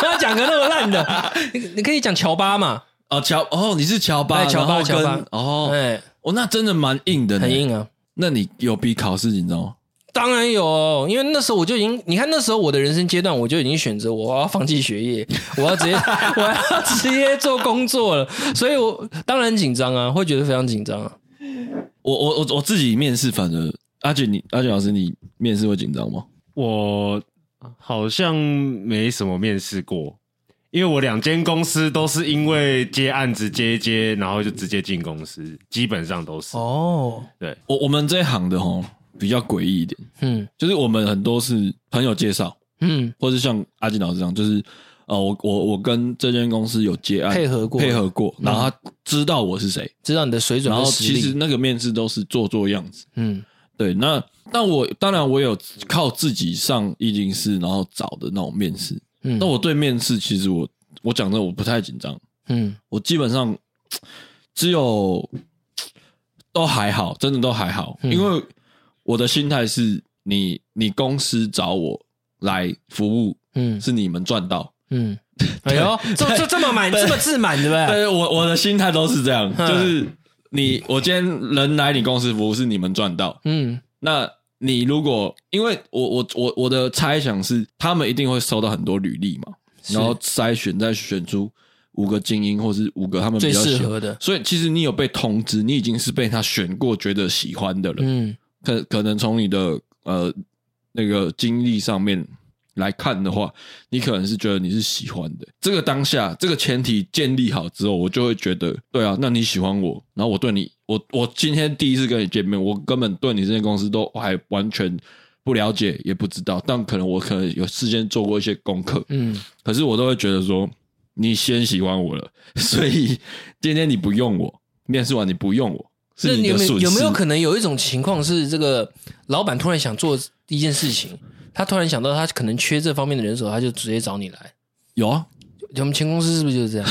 么要讲个那么烂的？你你可以讲乔巴嘛？
哦，乔哦，你是乔巴，
哎乔巴
然后跟
乔巴
哦，
哎，
哦，那真的蛮硬的，
很。硬啊。
那你有比考试紧张吗？
当然有哦，因为那时候我就已经，你看那时候我的人生阶段，我就已经选择我要放弃学业，我要直 接我要直接做工作了，所以我当然紧张啊，会觉得非常紧张啊。
我我我我自己面试，反而阿卷你阿卷老师，你面试会紧张吗？
我好像没什么面试过，因为我两间公司都是因为接案子接一接，然后就直接进公司，基本上都是。
哦，
对，
我我们这一行的吼比较诡异一点，
嗯
就是我们很多是朋友介绍，
嗯，
或是像阿金老师这样，就是呃，我我我跟这间公司有接案
配合过
配合过，然后他知道我是谁，
知道你的水准
然
和
后
实
其
力，
实那个面试都是做做样子。
嗯
对，那那我当然我有靠自己上易经师，然后找的那种面试。
嗯，
那我对面试其实我我讲真的我不太紧张，
嗯
我基本上只有都还好，真的都还好，
嗯
因为我的心态是你你公司找我来服务，
嗯
是你们赚到。
嗯，哎呦，这这这么满，这么自满，对不对？
对，我我的心态都是这样，
哎嗯
就是你我今天人来你公司服务是你们赚到，
嗯
那你如果因为我我我我的猜想是，他们一定会收到很多履历嘛，
是
然后筛选再选出五个精英或是五个他们比
最
较
适
喜欢
合的
所以其实你有被通知，你已经是被他选过，觉得喜欢的人。
嗯
可可能从你的呃那个经历上面来看的话，你可能是觉得你是喜欢的。这个当下，这个前提建立好之后，我就会觉得，对啊，那你喜欢我，然后我对你，我我今天第一次跟你见面，我根本对你这间公司都还完全不了解，也不知道，但可能我可能有事先做过一些功课，
嗯
可是我都会觉得说，你先喜欢我了， 所以今天你不用我，面试完你不用我，
那
是你
有
的
没
损
有
失。
有没有可能有一种情况是，这个老板突然想做一件事情，他突然想到他可能缺这方面的人手，他就直接找你来。
有啊？
我们前公司是不是就是这样？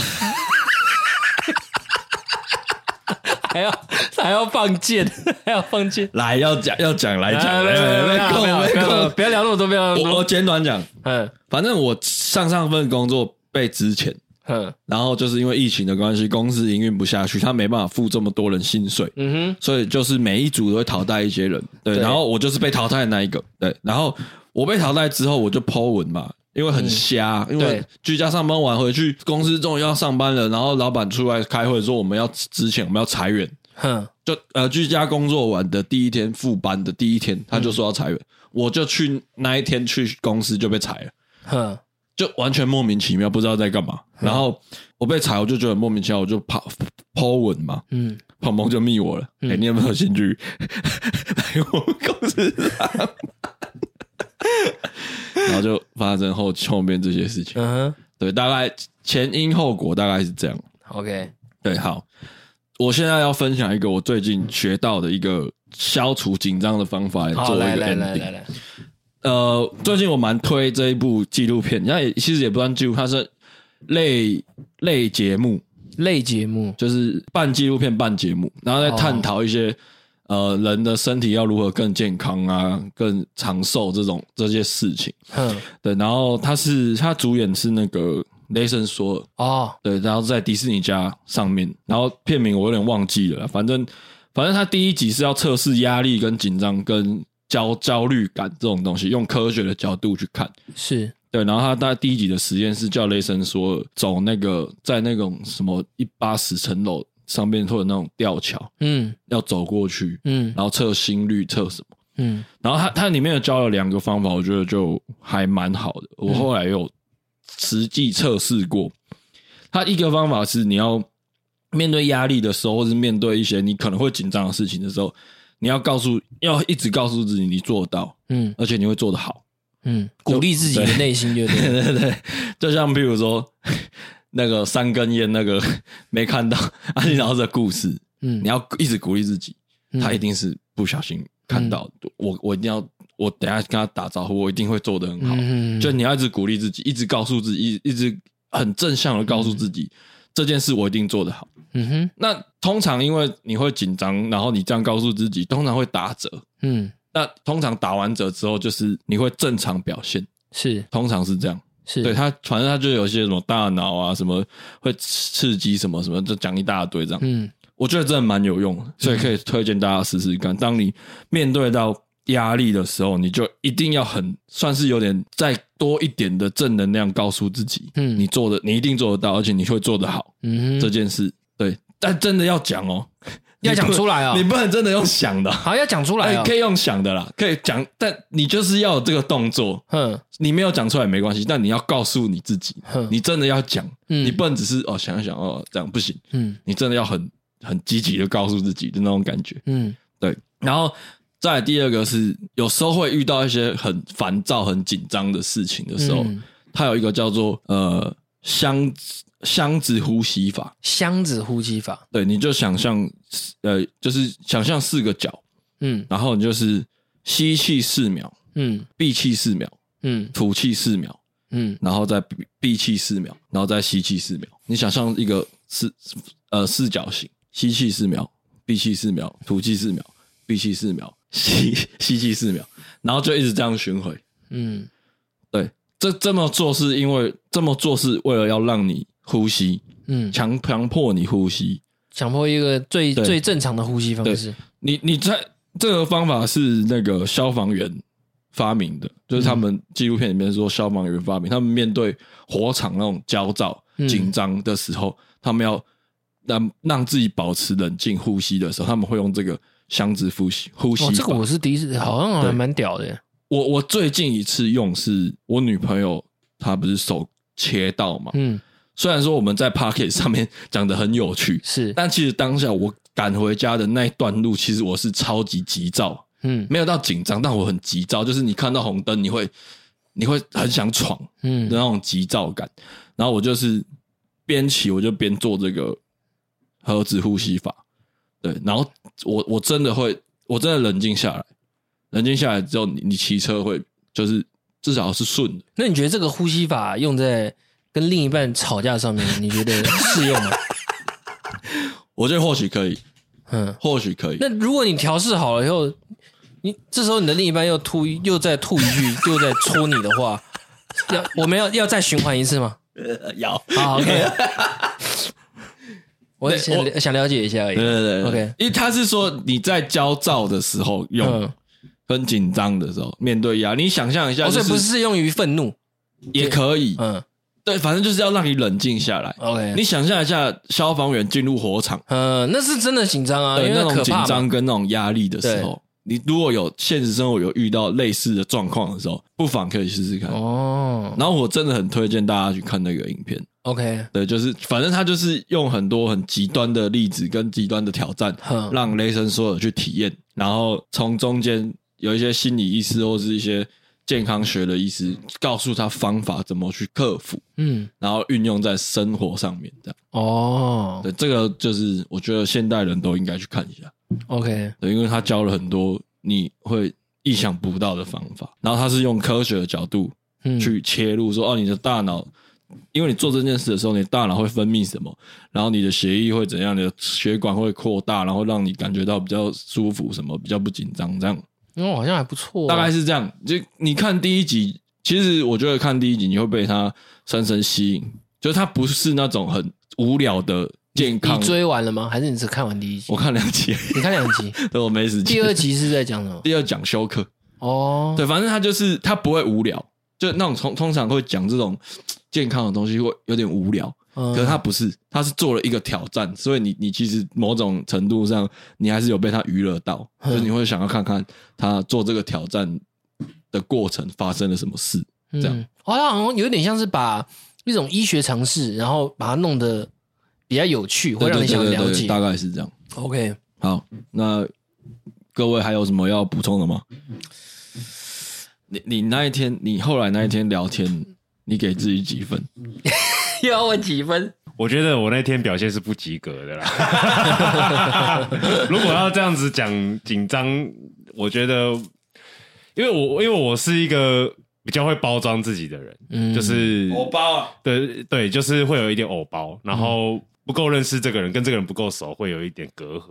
还要还要放箭，还要放箭。
来要讲要讲来讲，
不要不要不要不要不要聊那么多，不要聊那么
我我
多。
简短讲，
嗯
反正我上上份工作被之前，
嗯
然后就是因为疫情的关系，公司营运不下去，他没办法付这么多人薪水，
嗯
所以就是每一组都会淘汰一些人，对，
对
然后我就是被淘汰的那一个，对，然后我被淘汰之后，我就 Po 文嘛，因为很瞎，因为
对
居家上班完回去，公司终于要上班了，然后老板出来开会说我们要之前我们要裁员，
哼
就呃居家工作完的第一天复班的第一天，他
嗯
就说要裁员，我就去那一天去公司就被裁了。
哼
就完全莫名其妙，不知道在干嘛。
嗯
然后我被裁，我就觉得很莫名其妙，我就跑 Po 文嘛，
嗯，
鹏鹏就密我了，哎、
嗯
你有没有兴趣来我们公司上班？ 然后就发生后后面这些事情，
嗯哼
对，大概前因后果大概是这样。
，OK，
对，好，我现在要分享一个我最近学到的一个消除紧张的方法，来
好
做
来
一个
来来来
ending。
来，
呃，最近我蛮推这一部纪录片，那也其实也不算纪录，它是类类节目，
类节目
就是半纪录片半节目，然后再
哦
探讨一些、呃人的身体要如何更健康啊、更长寿这种这些事情。
哼
对，然后他是他主演是那个雷神索尔，
哦，
对，然后在迪士尼家上面，然后片名我有点忘记了啦，反正反正他第一集是要测试压力跟紧张跟焦焦虑感这种东西，用科学的角度去看。
是
对，然后他大概第一集的实验是叫雷神索尔走那个在那种什么一八十层楼上面或者那种吊桥
嗯
要走过去，
嗯
然后测心率测什么。
嗯
然后它它里面有教了两个方法，我觉得就还蛮好的。我后来有实际测试过，它一个方法是你要面对压力的时候，或是面对一些你可能会紧张的事情的时候，你要告诉要一直告诉自己你做得到，
嗯
而且你会做得好。
嗯，鼓励自己的内心 就对了，
对对对，就像譬如说那个三根烟那个 没看到啊阿信老师的故事，
嗯
你要一直鼓励自己，
嗯
他一定是不小心看到的，我我一定要，我等一下跟他打招呼，我一定会做得很好。
嗯
就你要一直鼓励自己，一直告诉自己，一一直很正向的告诉自己、这件事我一定做得好。
嗯哼
那通常因为你会紧张，然后你这样告诉自己，通常会打折。
嗯
那通常打完折之后，就是你会正常表现，
是
通常是这样。
是
对他，反正他就有一些什么大脑啊，什么会刺激什么什么，就讲一大堆这样。
嗯
我觉得真的蛮有用的，所以可以推荐大家试试看。当你面对到压力的时候，你就一定要很算是有点再多一点的正能量，告诉自己，
嗯
你做的你一定做得到，而且你会做得好、
嗯
这
哼，
件事。对，但真的要讲哦，
要讲出来哦
你，不能真的用想的，
好要讲 出来
哎
哦，
可以用想的啦，可以讲，但你就是要有这个动作，
哼
你没有讲出来没关系，但你要告诉你自己
哼，
你真的要讲，
嗯
你不能只是哦想一想哦这样不行，
嗯
你真的要很很积极的告诉自己的那种感觉。
嗯
对，然后再来第二个是，有时候会遇到一些很烦躁、很紧张的事情的时候，
嗯
它有一个叫做呃箱子箱子呼吸法。
箱子呼吸法，
对，你就想象呃，就是想象四个角，
嗯
然后你就是吸气四秒，
嗯
闭气四秒，
嗯
吐气四秒，
嗯
然后再闭闭气四秒，然后再吸气四秒。你想象一个四呃四角形，吸气四秒，闭气四秒，吐气四秒，闭气四秒，吸 吸气四秒，然后就一直这样巡回。
嗯
对，这这么做是因为这么做是为了要让你呼吸，
嗯，
强强迫你呼吸。
强迫一个最
对
最正常的呼吸方式，
你你在这个方法是那个消防员发明的，就是他
嗯
们纪录片里面说消防员发明，他们面对火场那种焦躁、
嗯
紧张的时候，他们要让让自己保持冷静呼吸的时候，他们会用这个箱子呼吸呼吸
哦，这
法。
个我是第一次，好像还
对
蛮屌的耶。
我我最近一次用是我女朋友，她不是手切到嘛？
嗯，
虽然说我们在 Pocket 上面讲的很有趣，
是，
但其实当下我赶回家的那一段路，其实我是超级急躁。
嗯
没有到紧张，但我很急躁，就是你看到红灯，你会你会很想闯的那
嗯
种急躁感。然后我就是边骑我就边做这个盒子呼吸法，对，然后我我真的会，我真的冷静下来，冷静下来之后，你你骑车会就是至少是顺的，
那你觉得这个呼吸法用在跟另一半吵架上面，你觉得适用吗？
我觉得或许可以，
嗯，
或许 可以。
那如果你调试好了以后，你这时候你的另一半又吐一又再吐一句，又再戳你的 话，要我们要要再循环一次吗？
要，
好，OK。我
对
想
我
了想了解一下而已
对。对对
OK
因为他是说你在焦躁的时候用
嗯，，
跟紧张的时候面对压力，你想象一下，
哦，
就
所以不
是
是用于愤怒。
也可以，
嗯
对，反正就是要让你冷静下来。
，OK。
你想象一下，消防员进入火场，
嗯，那是真的紧张啊，因
对
为
那
那
种
可
紧
怕嘛。
张跟那种压力的时候，你如果有现实生活有遇到类似的状况的时候，不妨可以试试看。
哦
然后我真的很推荐大家去看那个影片，
，OK，
对，就是反正他就是用很多很极端的例子跟极端的挑战，
哼，
让雷神索尔去体验，然后从中间有一些心理医师或是一些健康学的医师告诉他方法怎么去克服，
嗯，
然后运用在生活上面，这样。
哦
对，这个就是我觉得现代人都应该去看一下，
，OK，
对，因为他教了很多你会意想不到的方法。然后他是用科学的角度
嗯
去切入说，哦，你的大脑，因为你做这件事的时候，你的大脑会分泌什么，然后你的血液会怎样，你的血管会扩大，然后让你感觉到比较舒服，什么比较不紧张，这样
因为哦好像还不错、啊
大概是这样。就你看第一集，其实我觉得看第一集你会被它深深吸引，就是它不是那种很无聊的健康
你。追完了吗？还是你只看完第一集
我？看两集，
你看两 集，
但我没时间。
第二集是在讲什么？
第二讲休克，
哦，
对，反正他就是他不会无聊，就那种通通常会讲这种健康的东西会有点无聊，
嗯
可是他不是，他是做了一个挑战，所以你你其实某种程度上你还是有被他娱乐到，嗯就是你会想要看看他做这个挑战的过程发生了什么事，这样
嗯，哦，它好像有点像是把一种医学常识，然后把它弄得比较有趣，会
对
让
对
你想
对
了
对
解
对，。大概是这样。
OK，
好，那各位还有什么要补充的吗？你你那一天，你后来那一天聊天，你给自己几分？
又要问几分？
我觉得我那天表现是不及格的啦。 如果要这样子讲紧张，我觉得，因为我因为我是一个比较会包装自己的人，
嗯
就是
包啊，
对对，就是会有一点偶包，然后不够认识这个人，跟这个人不够熟，会有一点隔阂。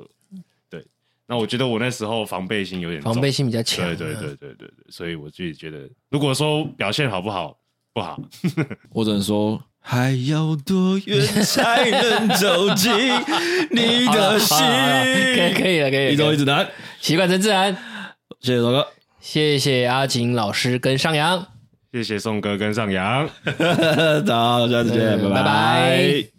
对，那我觉得我那时候防备心有点重
防备心比较啊强。
对对对对对对，所以我自己觉得，如果说表现好不好，不好，
我只能说，
还要多远才能走进你
好了，
的
好
心？
了，好了可以可以了，可以了。
一周一指南，
习惯成自然，
谢谢周哥。
谢谢阿景老师跟上扬。
谢谢宋哥跟上扬。
好，下次见，
嗯
拜拜
拜拜